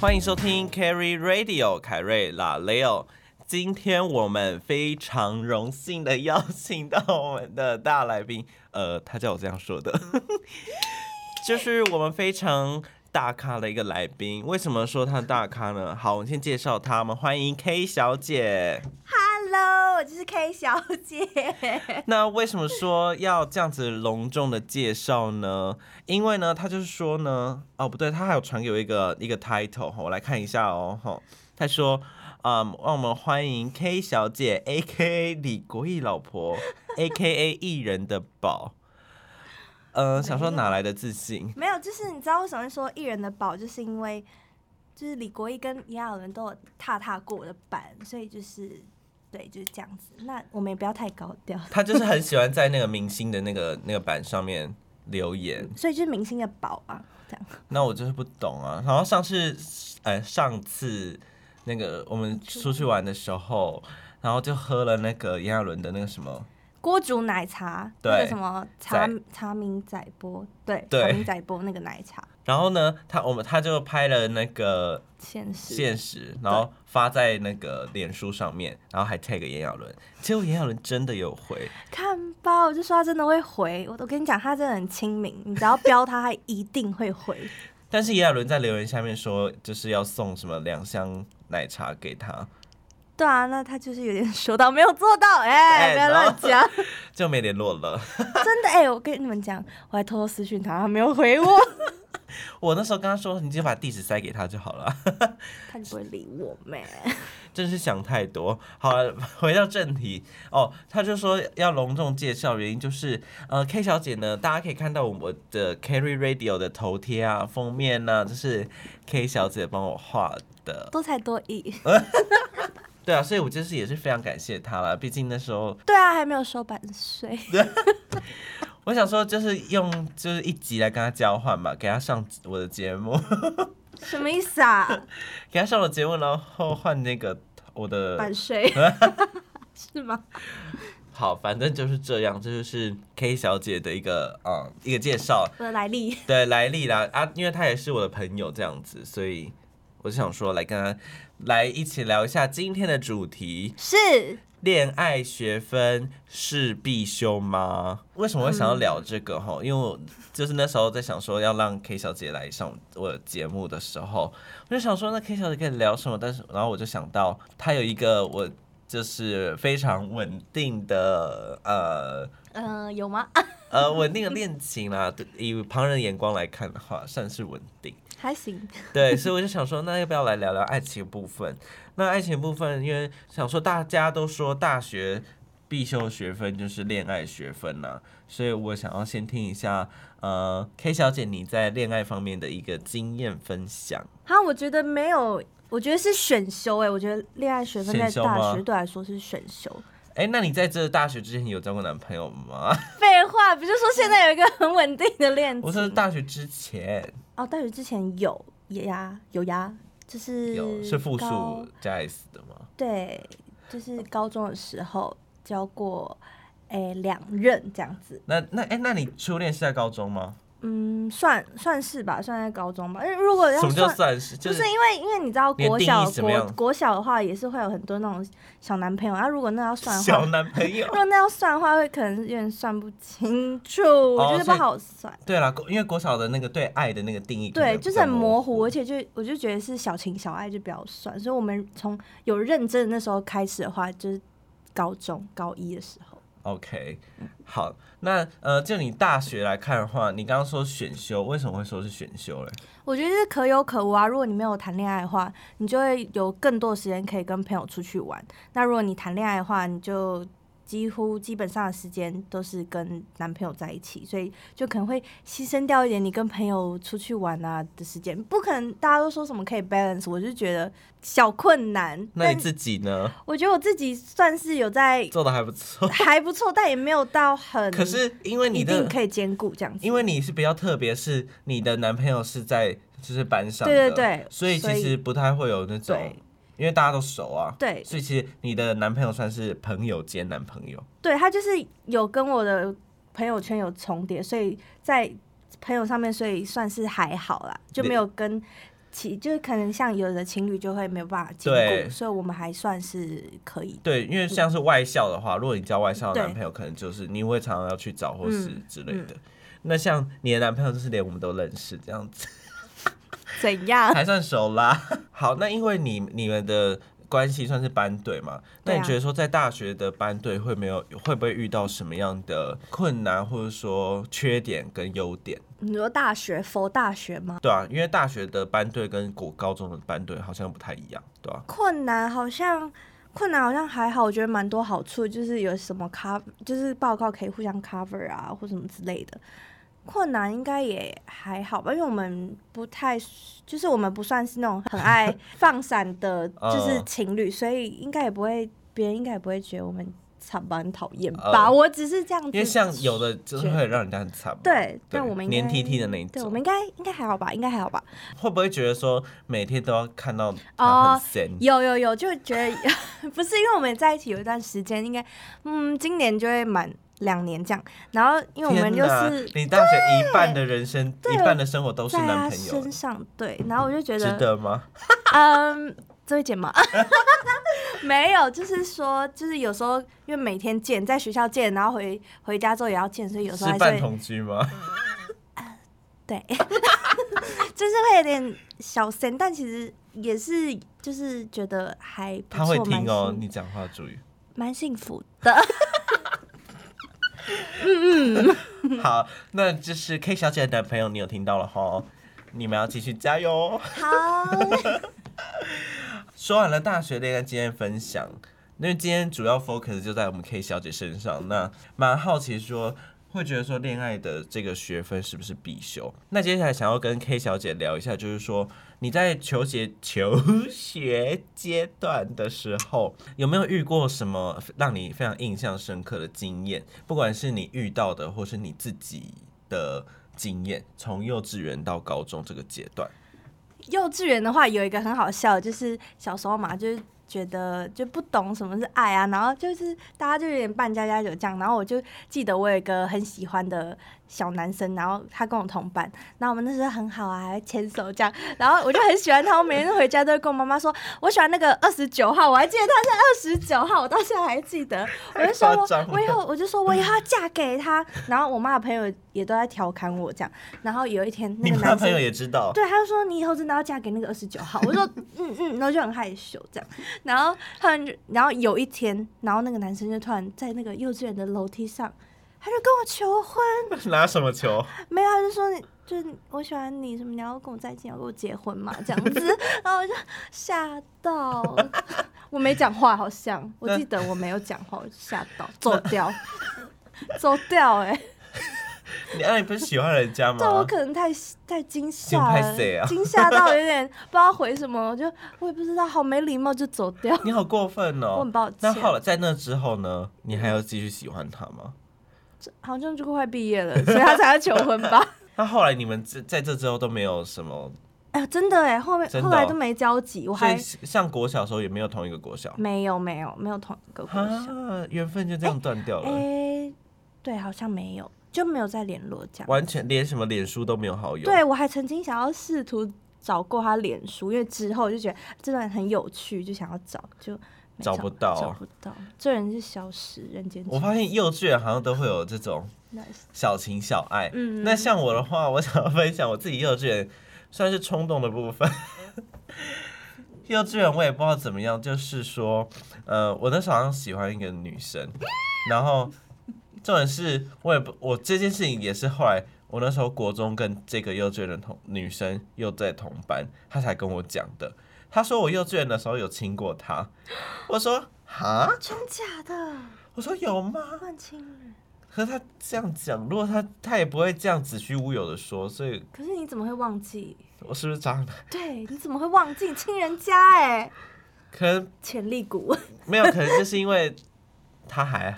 欢迎收听 Carry Radio 凯瑞拉雷欧。今天我们非常荣幸的邀请到我们的大来宾，呃，他叫我这样说的， 就是我们非常大咖的一个来宾。为什么说他大咖呢？好，我们先介绍他，我们欢迎 K 小姐。 Hello，我就是 K 小姐。那为什么说要这样子隆重的介绍呢？因为呢，他就是说呢，哦不对，他还有传给我一个一个 title，吼我来看一下哦，吼，他说，嗯，让我们欢迎 K 小姐，A K A 李国义老婆，A K A 艺人的宝。呃，想说哪来的自信？没有，就是你知道为什么会说艺人的宝，就是因为就是李国义跟炎亚纶都有踏踏过我的板，所以就是对，就是这样子。那我们也不要太高调，他就是很喜欢在那个明星的那个那个版上面留言，所以就是明星的宝啊，这样。那我就是不懂啊。然后上次，呃，上次那个我们出去玩的时候，然后就喝了那个炎亚纶的那个什么，锅煮奶茶，对那个什么茶仔茶明仔波，对，对茶明仔波那个奶茶，然后呢，他我们他就拍了那个现实。现实，然后发在那个脸书上面，然后还 tag 炎亚纶，结果炎亚纶真的有回，看吧，我就说他真的会回，我我跟你讲，他真的很亲民，你只要标他，他一定会回。但是炎亚纶在留言下面说，就是要送什么两箱奶茶给他，对啊，那他就是有点说到没有做到，哎、哎不要乱讲，就没联络了。 真的哎、我跟你们讲，我还偷偷私讯他，他没有回我，我那时候跟他说，你就把地址塞给他就好了。他就不会理我妹。真是想太多。好 了，回到正题哦，他就说要隆重介绍，原因就是呃，K 小姐呢，大家可以看到我的 Carry Radio 的头贴啊、封面呢、就是 K 小姐帮我画的。多才多艺，对啊，所以我就是也是非常感谢她啦，毕竟那时候对啊，还没有收版 税，我想说，就是用就是一集来跟她交换吧，给她上我的节目， 什么意思啊？给她上我的节目，然后换那个我的 版税 是吗？好，反正就是这样，这就是 K 小姐的一个嗯一个介绍。我的来历，对来历啦啊，因为他也是我的朋友这样子，所以我就想说来跟他来一起聊一下今天的主题：是恋爱学分是必修吗？为什么会想要聊这个哈？因为我就是那时候在想说要让 K 小姐来上我的节目的时候，我就想说那 K 小姐可以聊什么，但是然后我就想到她有一个我。就是非常稳定的呃嗯、呃有吗？呃稳定的恋情啦，对以旁人眼光来看的话，算是稳定。还行，对，所以我就想说，那要不要来聊聊爱情部分？那爱情部分，因为想说大家都说大学必修学分就是恋爱学分呐、所以我想要先听一下，呃，K 小姐你在恋爱方面的一个经验分享。哈，我觉得没有，我觉得是选修哎、我觉得恋爱学分在选修大吗学对我来说是选修。哎，那你在这大学之前有交过男朋友吗？ 废话，不就说现在有一个很稳定的恋情？我说大学之前哦，大学之前有呀，有呀，就是有，是复嗯高数加 S 的吗？对，就是高中的时候交过诶两、任这样子，那那哎，那你初恋是在高中吗？嗯，算算是吧，算在高中吧。因为如果要什么叫算，算是？就不是是因为因为你知道你的国定义小是怎么国样国小的话也是会有很多那种小男朋友，啊，如果那要算的话小。男朋 友如。果那要算的话，会可能有点算不清楚，哦我觉得不所以好算。对啦，国因为国小的那个对爱的那个定义，对，就是很模模糊，而且就我就觉得是小情小爱就比较算，所以我们从有认真的那时候开始的话，就是高中高一的时候， OK，好，那呃，就你大学来看的话，你刚刚说选修，为什么会说是选修嘞？我觉得是可有可无啊。如果你没有谈恋爱的话，你就会有更多的时间可以跟朋友出去玩；那如果你谈恋爱的话，你就几乎基本上的时间都是跟男朋友在一起，所以就可能会牺牲掉一点你跟朋友出去玩啊的时间。不可能大家都说什么可以 balance，我就觉得小困难。那你但自己呢，我觉得我自己算是 有在做的还不错，还不错，但也没有到很，可是因为一你定的，可以兼顾这样子。因为你是比较特别，是你的男朋友是在就是班上的，对对对所以所其以实不太会有那种对，因为大家都熟啊，对所以其实你的男朋友算是朋友兼男朋友，对他就是有跟我的朋友圈有重叠，所以在朋友上面，所以算是还好啦，就没有跟情，就是可能像有的情侣就会没有办法兼对顾，所以我们还算是可以。对，因为像是外校的话，如果你交外校的对男朋友，可能就是你会常常要去找或是嗯之类的。那像你的男朋友，就是连我们都认识这样子，怎样？ 还算熟啦。 好，那因为你你们的关系算是班队嘛，那对你啊觉得说在大学的班队会没有会不会遇到什么样的困难，或者说缺点跟优点？你说大学佛大学吗？对啊，因为大学的班队跟国高中的班队好像不太一样，对啊。困难好像困难好像还好，我觉得蛮多好处，就是有什么 cover，就是报告可以互相 cover 啊，或什么之类的。困难应该也还好吧，因为我们不太，就是我们不算是那种很爱放闪的，嗯就是情侣，所以应该也不会，别人应该也不会觉得我们惨吧、很讨厌呃吧。我只是这样子，因为像有的就是会让人家很惨嘛，对，但我们应该黏 T T 的那一对，种，我们应该应该还好吧，应该还好吧。会不会觉得说每天都要看到他很哦 s 有有有，就觉得 不是因为我们在一起有一段时间，应该嗯，今年就会满两年这样。然后因为我们天就哪是你大学一半的人生，对一半的生活都是在他男朋友身，上，对，然后我就觉值得，得吗？嗯，这位姐吗？ 没有，就是说，就是有时候因为每天见，在学校见，然后回回家之后也要见，所以有时候是还半是会同居 吗？对，就是会有点小神，但其实也是就是觉得还不他会错，蛮听哦幸，你讲话注意。蛮幸福的。好，那就是 K 小姐的男朋友，你有听到了哈？你们要继续加油哦。好。说完了大学恋爱经验分享，因为今天主要 focus 就在我们 K 小姐身上，那蛮好奇说。会觉得说恋爱的这个学分是不是必修？那接下来想要跟 K 小姐聊一下，就是说你在求学求学阶段的时候，有没有遇过什么让你非常印象深刻的经验？不管是你遇到的，或是你自己的经验，从幼稚园到高中这个阶段，幼稚园的话，有一个很好笑的，就是小时候嘛，就是觉得就不懂什么是爱啊，然后就是大家就有点扮家家酒这样，然后我就记得我有一个很喜欢的小男生，然后他跟我同班，然后我们那时候很好啊，还会牵手这样，然后我就很喜欢他，我每天回家都会跟我妈妈说， 我喜欢那个二十九号，我还记得他是二十九号，我到现在还记得，我就说太夸我张了我以后我就说我以后要嫁给他，然后我妈的朋友也都在调侃我这样，然后有一天那你个妈男朋生友。也知道，对，他就说你以后真的要嫁给那个二十九号。我说嗯嗯，然后就很害羞这样。然后他们就，然后有一天，然后那个男生就突然在那个幼稚园的楼梯上，他就跟我求婚，拿什么球？没有，他就说你就是我喜欢你，什么你要跟我在一起，你要跟我结婚嘛这样子。然后我就吓到，我没讲话，好像我记得我没有讲话，我就吓到走掉，走掉哎、你那你不是喜欢人家对我吗？可能太太惊惊吓啊拍谁啊了，惊吓到 有点不知道回什么，我就我也不知道，好没礼貌就走掉。你好过分我哦很！抱那歉，后来在那之后呢？你还要继续喜欢他吗？好像就快毕业了，所以他才要求婚 吧？那后来你们在在这之后都没有什么，哎呀，真的哎，后面真的后哦来都没交集，我所以还上国小的时候也没有同一个国小没有没有没有同一个国小，啊，缘分就这样断掉了，哎，对，好像没有，就没有再联络这样。完全连什么脸书都没有好友。对我还曾经想要试图找过他脸书，因为之后就觉得这段很有趣，就想要找，就没找不到找不到，这人就消失，人间我发现幼稚园好像都会有这种 nice。小情小爱。嗯那像我的话，我想要分享我自己幼稚园算是冲动的部分。 幼稚园我也不知道怎么样，就是说，呃，我那时候好像喜欢一个女生，然后重点是我也不，我这件事情也是后来我那时候国中跟这个幼稚园的同女生又在同班，她才跟我讲的。她说我幼稚园的时候有亲过她，我说哈，真假的我说有吗？万青人？可是他这样讲，如果他他也不会这样子虚乌有的说，所以可是你怎么会忘记？我是不是渣男？对，你怎么会忘记亲人家、哎，可能潜力股，没有，可能就是因为他还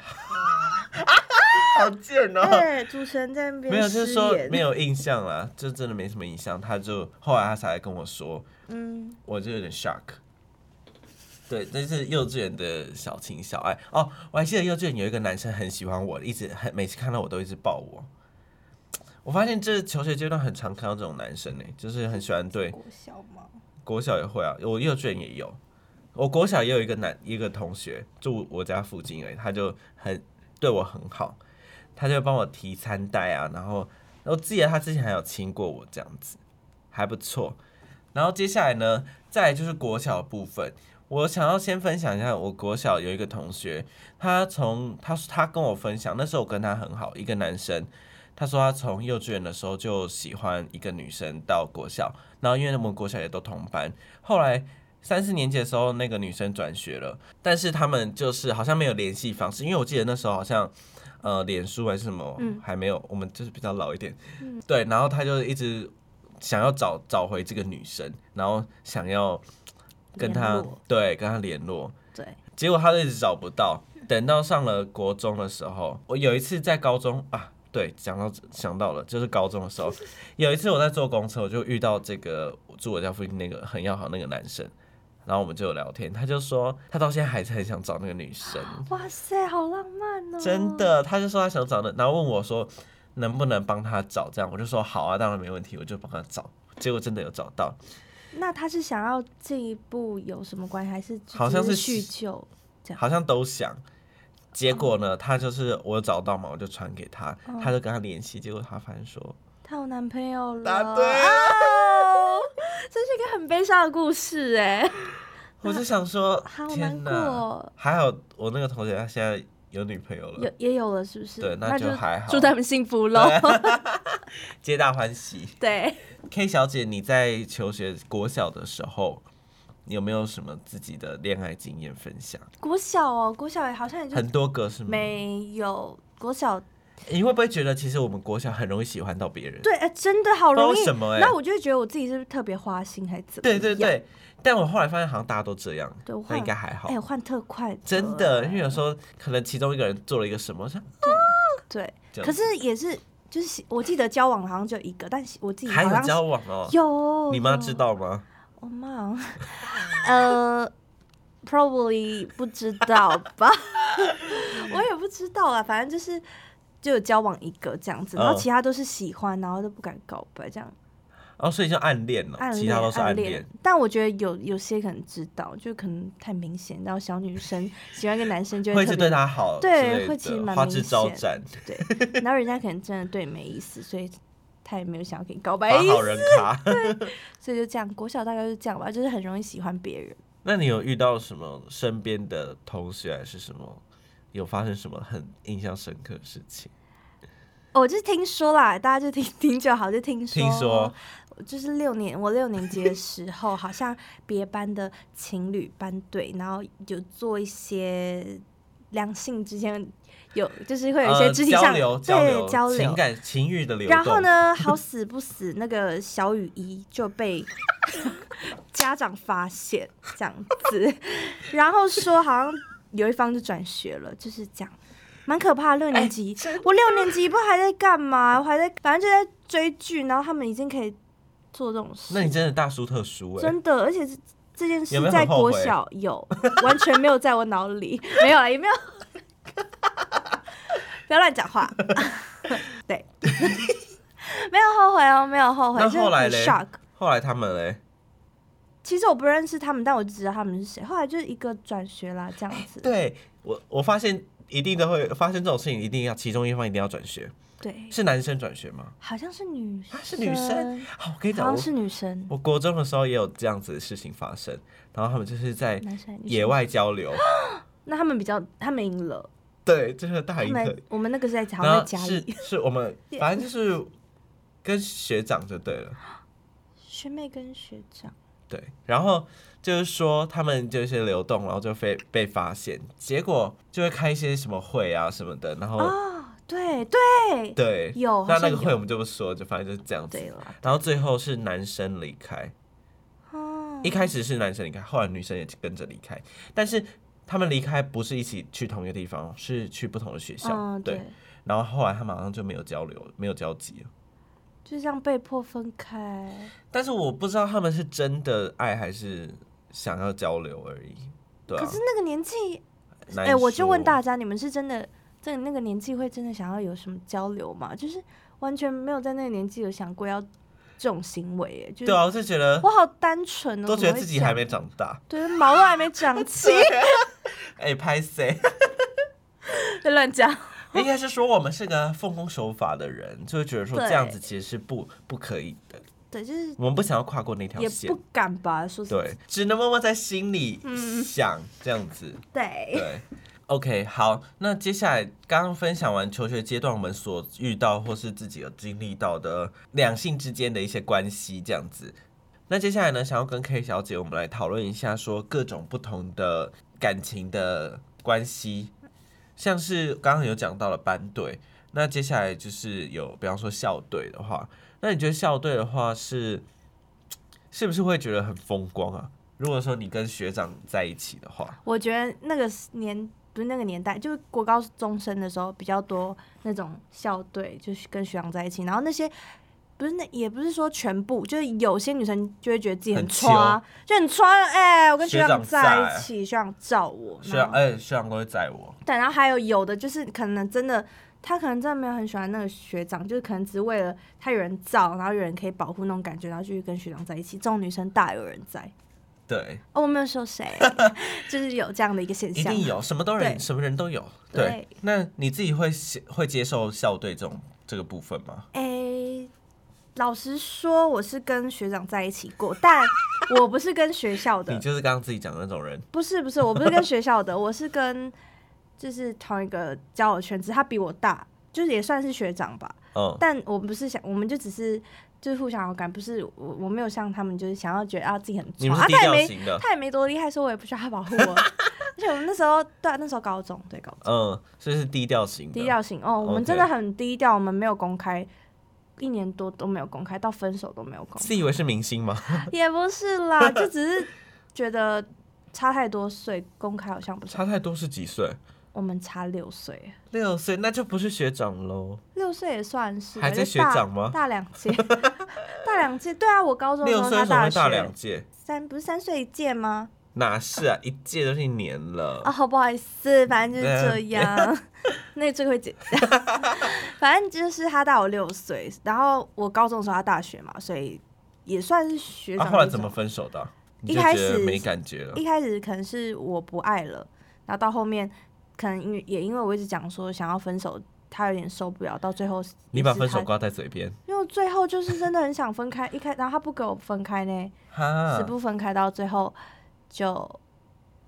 好贱哦、对，哎主持人在那边没有，就是失说言没有印象啦，就真的没什么印象。他就后来他才来跟我说，嗯，我就有点 shock。对，这是幼稚园的小情小爱哦。我还记得幼稚园有一个男生很喜欢我，一直很每次看到我都一直抱我。我发现这求学阶段很常看到这种男生呢、就是很喜欢对国小吗？国小也会啊，我幼稚园也有，我国小也有一个男一个同学住我家附近而已，他就很对我很好，他就帮我提餐袋啊，然后我记得他之前还有亲过我这样子，还不错。然后接下来呢，再来就是国小的部分，我想要先分享一下，我国小有一个同学，他从他他跟我分享，那时候我跟他很好，一个男生。他说他从幼稚园的时候就喜欢一个女生到国小，然后因为我们国小也都同班，后来三四年级的时候那个女生转学了，但是他们就是好像没有联系方式，因为我记得那时候好像呃脸书还是什么、嗯还没有，我们就是比较老一点，对，然后他就一直想要找找回这个女生，然后想要跟她联络对跟她联络，对，结果他就一直找不到。等到上了国中的时候，我有一次在高中啊，对，讲到想到了，就是高中的时候，有一次我在坐公车，我就遇到这个住我家附近那个很要好那个男生，然后我们就有聊天，他就说他到现在还是很想找那个女生，哇塞，好浪漫哦！真，的，他就说他想找的，然后问我说能不能帮他找，这样我就说好啊，当然没问题，我就帮他找，结果真的有找到，那他是想要进一步有什么关系，还是只好像是叙旧？好像都想。结果呢，他就是我有找到嘛，我就传给他，嗯他就跟他联系，结果他发现说她有男朋友了，答啊对了 哦，这是一个很悲伤的故事哎，呃我就想说，好难天过哪！哦。还好我那个同学他现在有女朋友有了，也有了，是不是？对那那就还好祝他们幸福喽。皆大欢喜。对， K 小姐，你在求学国小的时候，你有没有什么自己的恋爱经验分享？国小哦，国小也好像也就很多个是吗？没有国小，你会不会觉得其实我们国小很容易喜欢到别人？对，哎、真的好容不知道为易。什么哎那我就会觉得我自己是不是特别花心，还是怎么对样？对对，但我后来发现好像大家都这样对我，后那来应该还好哎、。我换特快，真的，因为有时候可能其中一个人做了一个什么，我想对，这样可是也是就是喜我记得交往好像就一个，但是我自己还好像有是交往哦。有你妈有知道吗？我妈好像，呃，probably 不知道吧，我也不知道啊，反正就是就有交往一个这样子，然后嗯其他都是喜欢，然后都不敢告白这样，哦，所以就暗恋了，暗其恋他都是暗暗恋恋。。但我觉得有有些可能知道，就可能太明显，然后小女生喜欢一个男生就会会特是别对他好之对类的，会其实蛮花明枝招显展，对，然后人家可能真的对你没意思，所以他也没有想要跟你告白发的意好思，人卡。所以就这样。国小大概就是这样吧，就是很容易喜欢别人。 那你有遇到什么身边的同学还是什么，有发生什么很印象深刻的事情？哦我、就是听说啦，大家就听听就好，就听说。听说，就是六年，我六年级的时候，好像别班的情侣班队，然后有做一些两性之间有，就是会有一些呃肢体交上、流、交对流、交流情。感、情欲的流动。然后？呢，好死不死，那个小雨衣就 被家长发现这样子，然后说好像有一方就转学了，就是这样，蛮可怕的。六年哎级，我六年级不知道还在干嘛，我还在，反正就在追剧，然后他们已经可以做这种事，那你真的大书特书哎、真的，而且这这件事有没有在很后国悔小有， 完全没有在我脑里，没有啊，也没有。 不要乱讲话， 对， 没有后悔哦，没有后悔，那就是后来很嘞 shock。后来他们嘞，其实我不认识他们，但我就知道他们是谁。后来就是一个转学啦，这样子。对我我发现一定都会发生这种事情，一定要其中一方一定要转学，对，是男生转学吗？好像是女啊，是女生。好，我跟你好讲，像我是女生，我国中的时候也有这样子的事情发生，然后他们就是在男生还是女野生。外交 流。那他们比较，他们赢了。对，就是大他一课们，我们那个是在好然像在后家是里，是我 们反正就是跟学长就对了，学妹跟学长。对，然后就是说他们就是流动，然后就被被发现，结果就会开一些什么会啊什么的，然后、哦，对对对，有那好像那个有会我们就不说，就反正就是这样子对。了，然后最后是男生离开，哦，一开始是男生离开，后来女生也跟着离开，但是他们离开不是一起去同一个地方，是去不同的学校，嗯，对。对，然后后来他们好像就没有交流，没有交集了。就这样被迫分开。但是我不知道他们是真的爱还是想要交流而已，对啊可。是那个年纪，难哎、我就问说大家，你们是真的这个那个年纪会真的想要有什么交流吗？就是完全没有在那个年纪有想过要这种行为、耶，就是、对啊，我就觉得我好单纯哦，都觉怎么得会自己这还样没啊长大，对毛都还没 长齐，哎，拍谁？ 就乱讲。应该是说我们是个奉公守法的人，就会觉得说对这样子其实是不不可以的，对，就是我们不想要跨过那条也线不，敢吧，说实对，只能默默在心里想这样子，对，对。OK，好，那接下来刚刚分享完求学阶段我们所遇到或是自己有经历到的两性之间的一些关系这样子，那接下来呢，想要跟 K 小姐我们来讨论一下，说各种不同的感情的关系，像是刚刚有讲到了班队，那接下来就是有，比方说校队的话，那你觉得校队的话是是不是会觉得很风光啊？如果说你跟学长在一起的话，我觉得那个年不是那个年代，就是国高中生的时候比较多那种校队，就是跟学长在一起，然后那些。不是那也不是说全部，就是有些女生就会觉得自己很很穿，就很穿哎、我跟学学长长在在一起，学长照我，学然长后哎、学长都会载我，对，然后还有有的就是可能真的，他可能真的没有很喜欢那个学长，就是可能只是为了他有人罩，然后有人可以保护那种感觉，然后就去跟学长在一起。这种女生大有人在。对，哦，我没有说谁， 就是有这样的一个现一象。定有，什么都啊对人，什么人都有。对，那你自己会喜会接受校队这种这个部分吗？诶、老实说，我是跟学长在一起过， 但我不是跟学校你的，就是刚刚自己讲的那种人，不是不是，我不是跟学校的，我是跟就是同一个交友圈子，他比我大，就是也算是学长吧。嗯，但我不是想，我们就只是就是互相好感，不是我我没有像他们就是想要觉得啊自己很你丑们啊是，低他也调没型的，他也没多厉害，所以我也不需要他保护我。 而且我们那时候对、啊，那时候高中对高中嗯，所以是低调型的。低调型哦，我们啊 OK 真的很低调，我们没有公开，一年多都没有公开，到分手都没有公开，自以为是明星吗？ 也不是啦，就只是觉得差太多岁，公开好像不是，差太多是几岁？我们差六岁，六岁，那就不是学长喽。六岁也算是还在就学大长吗大两届， 大两届，对啊，我高中的时六候岁他为什么大会大学。两届？三不是三岁一届吗？哪是啊，一届都是一年了。啊，好不好意思，反正就是这对样。 那这个会剪掉。 反正就是他大我六岁，然后我高中的时候他大学嘛，所以也算是学啊，长那种。后来怎么分手的啊？你就一开觉始得没感觉了一。开始可能是我不爱了，然后到后面可能因为也因为我一直讲说想要分手，他有点受不了，到最后你把也是分手他挂在嘴边，因为我最后就是真的很想分开，一开然后他不给我分开呢，哈嗯死，不分开，到最后就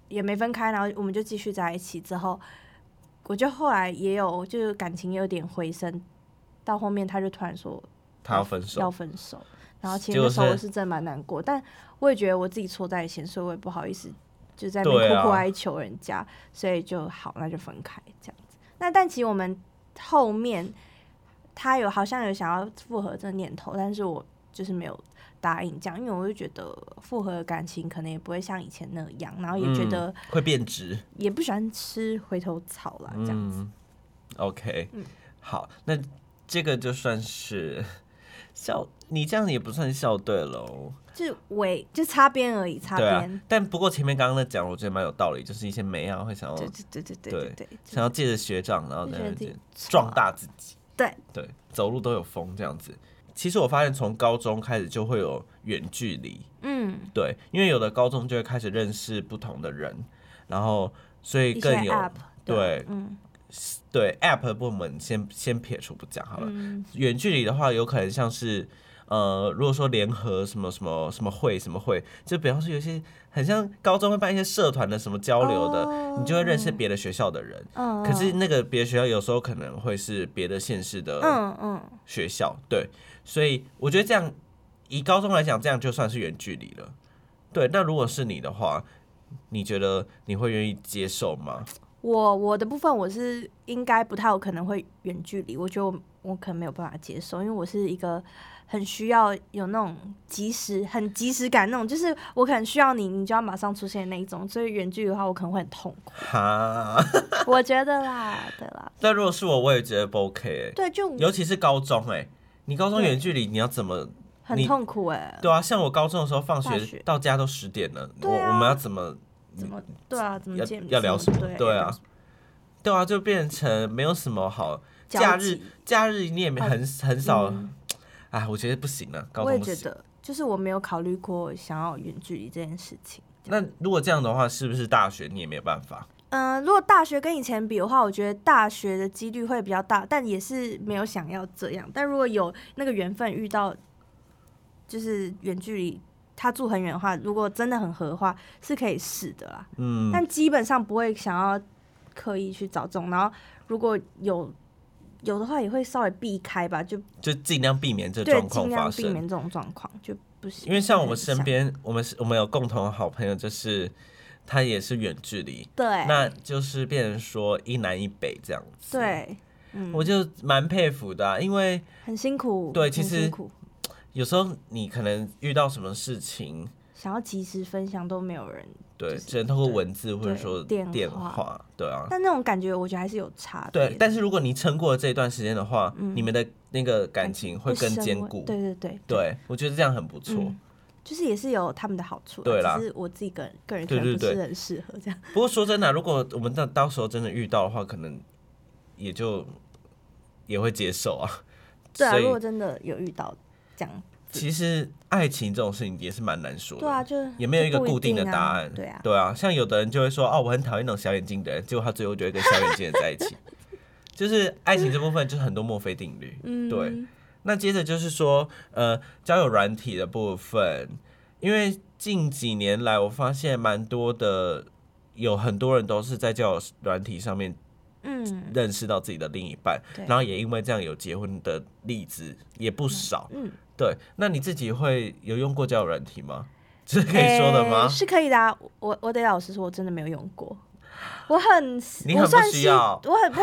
也没分开，然后我们就继续在一起。之后，我就后来也有就是感情有点回升，到后面他就突然说他要分要手，分手，然后其实结果那时候是我是真的蛮难过，但我也觉得我自己错在先，所以我也不好意思就在那对边啊苦苦哀求人家，所以就好那就分开这样子。那但其实我们后面他有好像有想要复合这念头，但是我就是没有答应这样，因为我就觉得复合的感情可能也不会像以前那样，然后也觉嗯得会变质。也不喜欢吃回头草啦这样子。嗯、OK，、嗯好，那这个就算是 校，你这样也不算校队喽。就是尾就擦边而已，擦对啊边。，但不过前面刚刚的讲，我觉得蛮有道理，就是一些美啊会想要对对对对对对对对，就想要借着学长，然后就在觉得那自己啊边壮大自己。对对，走路都有风这样子。其实我发现从高中开始就会有远距离，嗯，对，因为有的高中就会开始认识不同的人，然后所以一些更有 app 对嗯对 App 的部分我们先先撇除不讲好了。嗯远距离的话，有可能像是呃，如果说联合什么什么什么会什么会，就比方说有一些很像高中会办一些社团的什么交流的，哦你就会认识别的学校的人。嗯，可是那个别的学校有时候可能会是别的县市的嗯嗯学校，对，所以我觉得这样以高中来讲，这样就算是远距离了。对，那如果是你的话，你觉得你会愿意接受吗？我我的部分我是应该不太有可能会远距离，我觉得我我可能没有办法接受，因为我是一个很需要有那种及时、很及时感那种，就是我可能需要你，你就要马上出现那一种，所以远距离的话我可能会很痛苦， 哈， 我觉得啦，对啦，那如果是我，我也觉得不 OK 欸、对，就尤其是高中哎、你高中嗯对远距离你要怎么？很你痛苦哎、对啊，像我高中的时候放大学学到家都十点了，我对啊我们要怎么？怎么对啊？怎么要见要聊什么对对啊要聊什么对啊，就变成没有什么好交假集日，假日你也没很很少嗯，哎、我觉得不行了，高我也中不觉行。得，就是我没有考虑过想要远距离这件事情。那如果这样的话，是不是大学你也没有办法？嗯、如果大学跟以前比的话，我觉得大学的几率会比较大，但也是没有想要这样。但如果有那个缘分遇到，就是远距离，他住很远的话，如果真的很合的话，是可以试的啦。嗯，但基本上不会想要刻意去找这种，然后如果有有的话，也会稍微避开吧，就就尽量避免这对状，况尽发量避生。免这种状况，就不行。因为像我们很身想边，我们是我们有共同的好朋友，就是他也是远距离，对，那就是变成说一南一北这样子。，对，嗯，我就蛮佩服的啊、因为很辛苦，对很其实辛苦，有时候你可能遇到什么事情，想要及时分享都没有人，对，就是只能通过对文字或者对说电话话，对啊。但那种感觉我觉得还是有差别的，对，但是如果你撑过了这一段时间的话，嗯你们的那个感情会更升温坚固。对嗯对对，对，我觉得这样很不错。就是也是有他们的好处啊，对啦只是我自己个人个人可对能不对对是很适合这样， 不过说真的啊、如果我们到到时候真的遇到的话，可能也就也会接受啊。对啊，所以如果真的有遇到这样，其实爱情这种事情也是蛮难说的。对啊，就是也没有一个就不固定的啊答案，对啊，对啊，像有的人就会说，哦，我很讨厌那种小眼睛的人，结果他最后就会跟小眼睛的人在一起， 就是爱情这部分就是很多墨菲定律，嗯，对，那接着就是说，呃，交友软体的部分，因为近几年来我发现蛮多的，有很多人都是在交友软体上面嗯认识到自己的另一半，对然后也因为这样有结婚的例子也不少。嗯，对，那你自己会有用过交友软体吗？ 这是可以说的诶吗？是可以的啊，我我得老实说，我真的没有用过。我很，你我很不算需稀，要我很不是，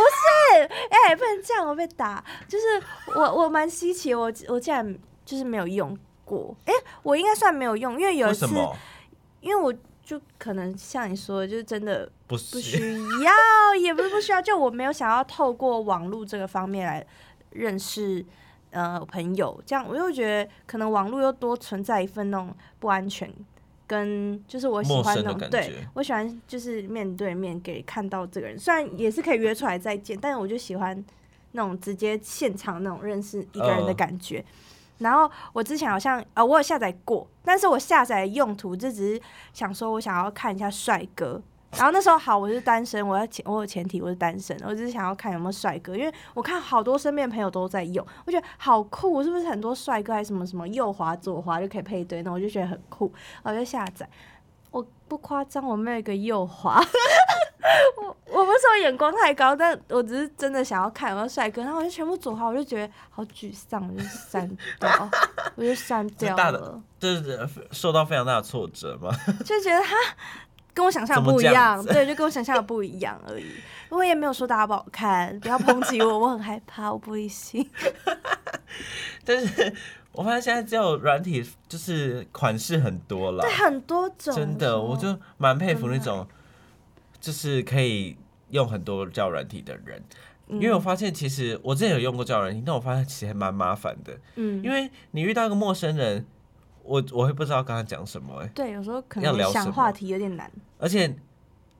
哎、不能这样，我被打。就是我，我蛮稀奇，我我竟然就是没有用过。哎、我应该算没有用，因为有为一次什，么因为我就可能像你说的，就是真的不不是？需要，也不是不需要，就我没有想要透过网络这个方面来认识呃朋友，这样我又觉得可能网络又多存在一份那种不安全，跟就是我喜陌欢生那的种感对觉我喜欢就是面对面给看到这个人，虽然也是可以约出来再见，但是我就喜欢那种直接现场那种认识一个人的呃感觉。然后我之前好像啊、呃我有下载过，但是我下载的用途就只是想说我想要看一下帅哥。然后那时候好，我是单身，我要前我有前提我是单身，我只是想要看有没有帅哥，因为我看好多身边的朋友都在用，我觉得好酷，是不是很多帅哥还是什么什么右滑左滑就可以配对，那我就觉得很酷，我就下载。我不夸张，我没有一个右滑， 我我不是我眼光太高，但我只是真的想要看有没有帅哥，然后我就全部左滑，我就觉得好沮丧，我就删掉， 我就删掉大的了，就是受到非常大的挫折吗？ 就觉得哈。跟我想象的不一样，对，就跟我想象的不一样而已。我也没有说大家不好看，不要抨击我，我很害怕，我不会信。但是我发现现在交友软体就是款式很多啦对，，很多种，真的，我就蛮佩服那种就是可以用很多交友软体的人，嗯因为我发现其实我之前有用过交友软体，但我发现其实还蛮麻烦的，嗯，因为你遇到一个陌生人，我我会不知道跟他讲什么、欸，对，有时候可要聊能什想么话题有点难。而且。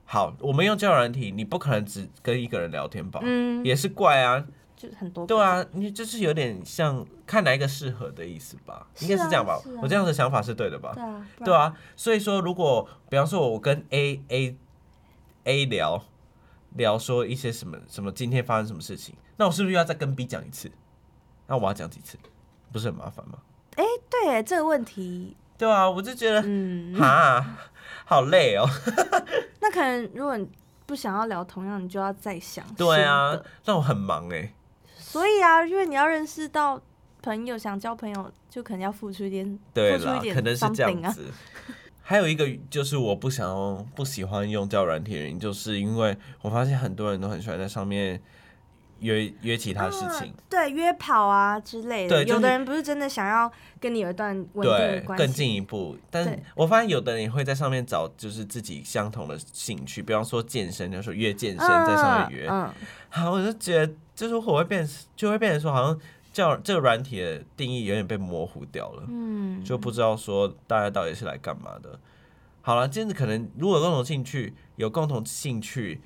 好，我们用交友软体，你不可能只跟一个人聊天吧？嗯，也是怪啊，就是很多。对，啊，你就是有点像看哪一个适合的意思吧，应该是是这样啊吧、是啊我这样的想法是对的吧？对啊，不对然，啊，所以说如果比方说我跟 A A A 聊聊说一些什么什么今天发生什么事情，那我是不是又要再跟 B 讲一次？那我要讲几次？不是很麻烦吗？对这个问题，对啊，我就觉得嗯，啊，好累 哦。那可能如果你不想要聊同样，你就要再想。对啊，，让我很忙哎。所以啊，因为你要认识到朋友，想交朋友，就可能要付出一点，对付出一啦，点可能是这 something 样啊子。还有一个就是我不想要、不喜欢用交友软体的原因，就是因为我发现很多人都很喜欢在上面约约其他事情啊，对约跑啊之类的。对就是有的人不是真的想要跟你有一段稳定的对，关系，更进一步。但是对我发现有的人也会在上面找就是自己相同的兴趣，比方说健身，就是约健身在上面约。嗯，好，我就觉得就是我会变，就会变成说好像叫这个软体的定义有点被模糊掉了。嗯，就不知道说大家到底是来干嘛的。好了，今天可能如果有共同兴趣，有共同兴趣，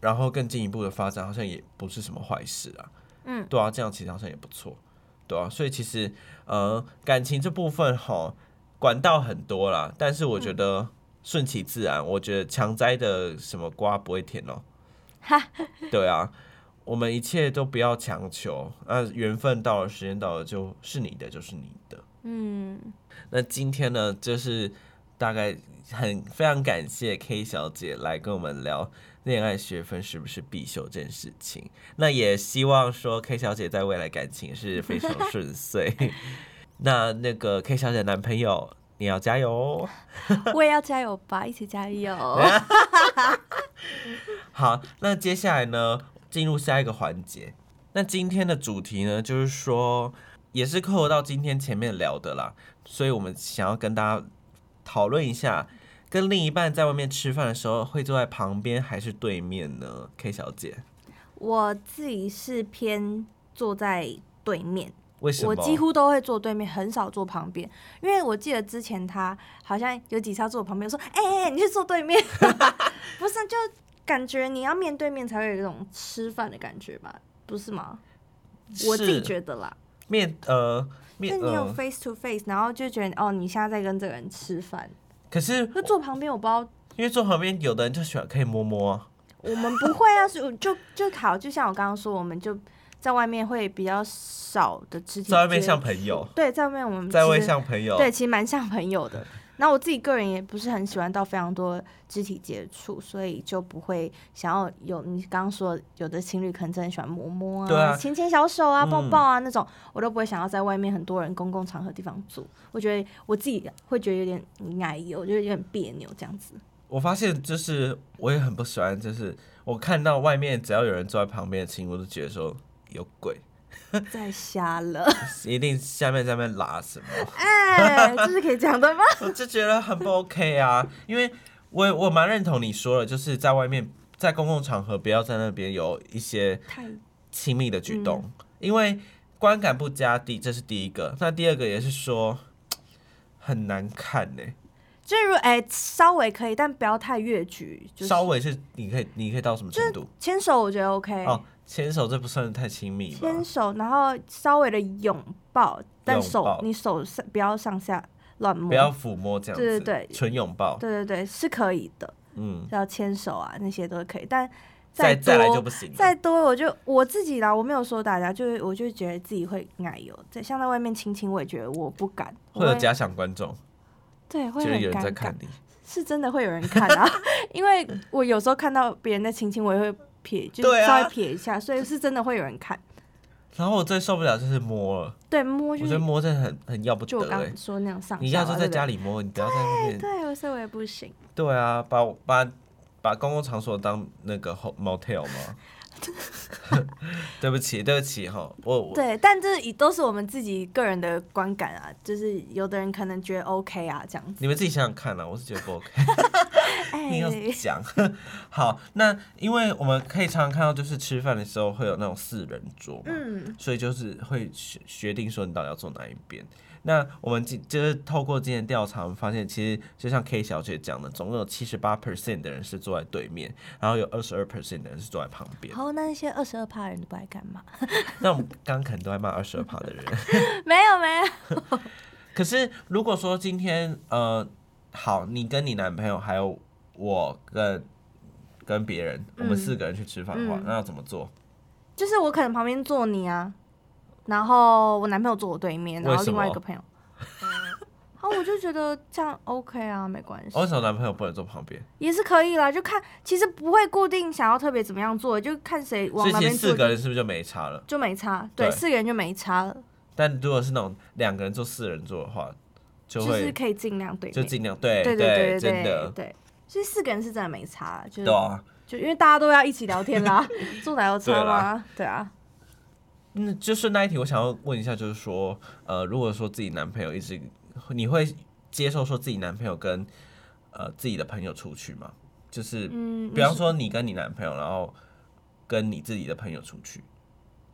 然后更进一步的发展，好像也不是什么坏事啊。嗯，对啊，这样其实好像也不错，对啊。所以其实呃，感情这部分哈，管道很多啦，但是我觉得嗯顺其自然，我觉得强摘的什么瓜不会甜 哦。对啊，我们一切都不要强求，那缘分到了，时间到了，就是你的就是你的。嗯，那今天呢，就是大概很非常感谢 K 小姐来跟我们聊恋爱学分是不是必修这件事情。那也希望说 K 小姐在未来感情是非常顺遂。 那那个 K 小姐男朋友，你要加油哦！ 我也要加油吧，一起加油。好，那接下来呢，进入下一个环节。那今天的主题呢，就是说，也是扣合到今天前面聊的啦，所以我们想要跟大家讨论一下，跟另一半在外面吃饭的时候，会坐在旁边还是对面呢？K 小姐，我自己是偏坐在对面，为什么？我几乎都会坐对面，很少坐旁边，因为我记得之前他好像有几次他坐我旁边说：“哎、哎哎你去坐对 面。” 不是，就感觉你要面对面才会有一种吃饭的感觉吧？不是吗？我自己得觉得啦，面呃就面你有呃， face to face，然后就觉得哦，你现在在跟这个人吃饭，可是就坐旁边我不知道。因为坐旁边有的人就喜欢可以摸摸啊，我们不会啊，是就就好，就像我刚刚说，我们就在外面会比较少的肢体，在外面像朋友，对，在外面我们在外面其实像朋友，对，其实蛮像朋友的。那我自己个人也不是很喜欢到非常多肢体接触，所以就不会想要有你刚刚说有的情侣可能真的很喜欢摸摸对啊牵牵小手啊、抱嗯抱啊、那种，我都不会想要在外面很多人公共场合地方做。我觉得我自己会觉得有点碍意，我觉得有点别扭这样 子。我发现就是我也很不喜欢，就是我看到外面只要有人坐在旁边的亲，我都觉得说有鬼，再瞎了，一定下面在那边拉什么，哎，这是可以讲的吗？我就觉得很不 OK 啊。因为我我蛮认同你说的，就是在外面在公共场合不要在那边有一些太亲密的举动，嗯因为观感不佳。第这是第一个，那第二个也是说很难看欸呢、就是如哎、稍微可以，但不要太越矩，就是稍微是你可以你可以到什么程度？牵手，我觉得 OK。哦，牵手这不算太亲密吧？牵手，然后稍微的拥抱，但拥抱手你手上不要上下乱摸，不要抚摸这样子，嗯对对对纯拥抱，对对对，是可以的，嗯，要牵手啊那些都可以，但再多再来就不行了。再多，我就我自己啦，我没有说大家，就是我就觉得自己会奶油，在像在外面亲亲，我也觉得我不敢，会有我假想观众，对会觉很得有人在尴尬看，你，是真的会有人看啊， 因为我有时候看到别人在亲亲，我也会撇，就对是啊稍微撇一下，所以是真的会有人看，然后我最受不了就是摸了，对摸我就觉是得摸真的很很要不就我得刚哎刚。说那种上你要下说啊在对不对家里摸，你不要在外面。对，所以我也不行。对啊，把我把把公共场所当那个 ho- motel 吗？对不起，对不起哈，我我对，但这也都是我们自己个人的观感啊，就是有的人可能觉得 OK 啊，这样子。你们自己想想看啦，我是觉得不 OK。哎硬要讲。 好，那因为我们可以常常看到，就是吃饭的时候会有那种四人桌嘛，嗯，所以就是会决决定说你到底要坐哪一边。那我们今就是透过今天的调查，我们发现其实就像 K 小姐讲的，总共有七十八 percent 的人是坐在对面，然后有二十二 percent 的人是坐在旁边然。后那些二十二趴人都不爱干嘛？那我们刚刚可能都在骂二十二趴的人。 没有没有，可是如果说今天呃，好，你跟你男朋友还有我跟跟别人，我们嗯四个人去吃饭的话，嗯那要怎么做？就是我可能旁边坐你啊，然后我男朋友坐我对面，然为后什另外一么 个朋友。啊，我就觉得这样 OK 啊，没关系哦，为什么男朋友不能坐旁边？也是可以啦。就看，其实不会固定想要特别怎么样做，就看谁所往以哪其边实坐四个人是不是就没差了？就没差。对，对四个人就没差了，但如果是那种两个人坐四人座的话，就就会是可以尽量对就面。尽量对对对对真对的对，所以四个人是真的没差，就是对啊。就因为大家都要一起聊天 啦，坐哪有对差啦吗？对啊，嗯，就顺带一提，我想要问一下，就是说，呃，如果说自己男朋友一直，你会接受说自己男朋友跟呃自己的朋友出去吗？就是，嗯，比方说你跟你男朋友，然后跟你自己的朋友出去，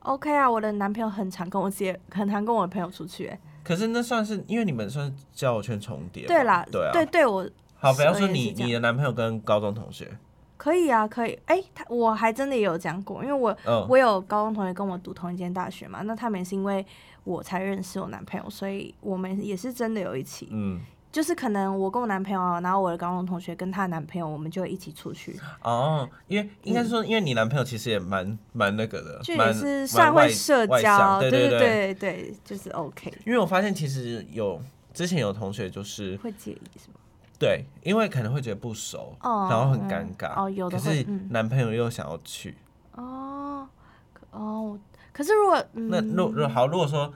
OK 啊，我的男朋友很常跟我自己，很常跟我的朋友出去、欸。可是那算是因为你们算是交友圈重叠吧，对啦，对啊，对对我好，比方说所以你是这样你的男朋友跟高中同学，可以啊，可以。哎、他我还真的也有讲过，因为我嗯，我有高中同学跟我读同一间大学嘛，那他们也是因为我才认识我男朋友，所以我们也是真的有一起，嗯，就是可能我跟我男朋友，啊然后我的高中同学跟她的男朋友，我们就会一起出去，哦，因为应该是说，因为你男朋友其实也蛮蛮那个嗯就的，也蛮是蛮算外会社外交，向对对对对对，就是 OK，因为我发现其实有之前有同学就是会介意是吗？对，因为可能会觉得不熟，哦然后很尴嗯尬。哦有的可会是嗯男朋友又想要去，哦，可哦，可是如果嗯，那如如好，如果说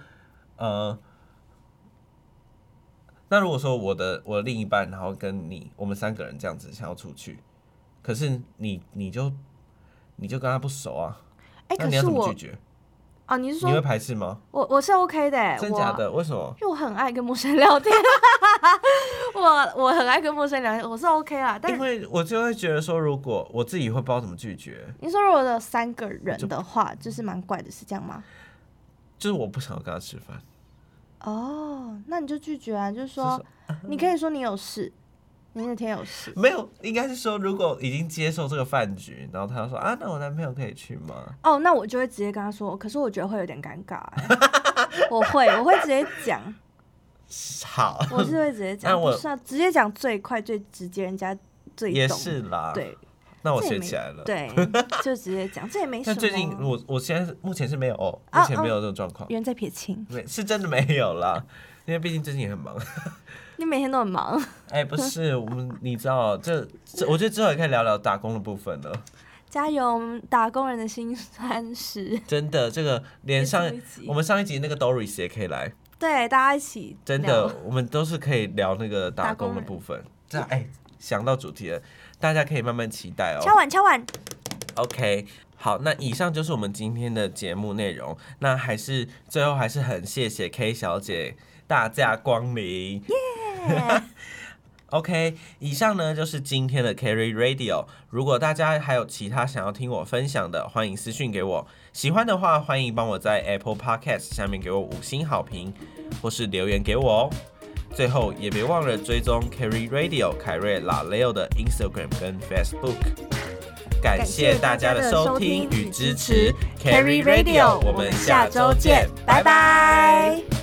呃，那如果说我的我的另一半，然后跟你我们三个人这样子想要出去，可是你你就你就跟他不熟啊，哎、那可你要是怎么我拒绝？啊，你是你会说排斥吗？我我是 OK 的、欸，真我假的？为什么？因为我很爱跟陌生人聊天， 我我很爱跟陌生人聊天，我是 OK 啦。但因为我就会觉得说，如果我自己会不知道怎么拒绝，你说如果有三个人的话，就是蛮怪的，是这样吗？就是我不想要跟他吃饭。哦，那你就拒绝啊，就是就说你可以说你有事，你那天有事。没有，应该是说，如果已经接受这个饭局，然后他说啊，那我男朋友可以去吗？哦，那我就会直接跟他说，可是我觉得会有点尴尬、欸， 我会我会直接 讲，好，我是会直接那讲，我不是啊，直接讲最快最直接，人家最也懂，是啦。，对那我这也学没起来了。对，就直接讲，这也 没什但么。最近我我现在是目前是没有，哦，啊目前没有这种状况，人在撇清，没是真的没有啦。因为毕竟最近也很忙。 你每天都很忙。哎，不是我们，你知道，这这，我觉得之后也可以聊聊打工的部分了。加油，我们打工人的辛酸史。真的，这个连 上最后一集我们上一集那个 Doris 也可以来。对，大家一起真的哦聊，，我们都是可以聊那个打打工工的人部分。这样，哎、想到主题了，大家可以慢慢期待敲哦。碗敲碗， OK，好，那以上就是我们今天的节目内容。那还是最后还是很谢谢 K 小姐大驾光临。OK，以上呢就是今天的 Carry Radio。如果大家还有其他想要听我分享的，欢迎私讯给我。喜欢的话，欢迎帮我在 Apple Podcast 下面给我五星好评，或是留言给我哦。最后也别忘了追踪 Carry Radio 凯瑞拉雷欧的 Instagram 跟 Facebook。感谢大家的收听与支持，Carry Carry Radio， Radio，我们下周见，拜拜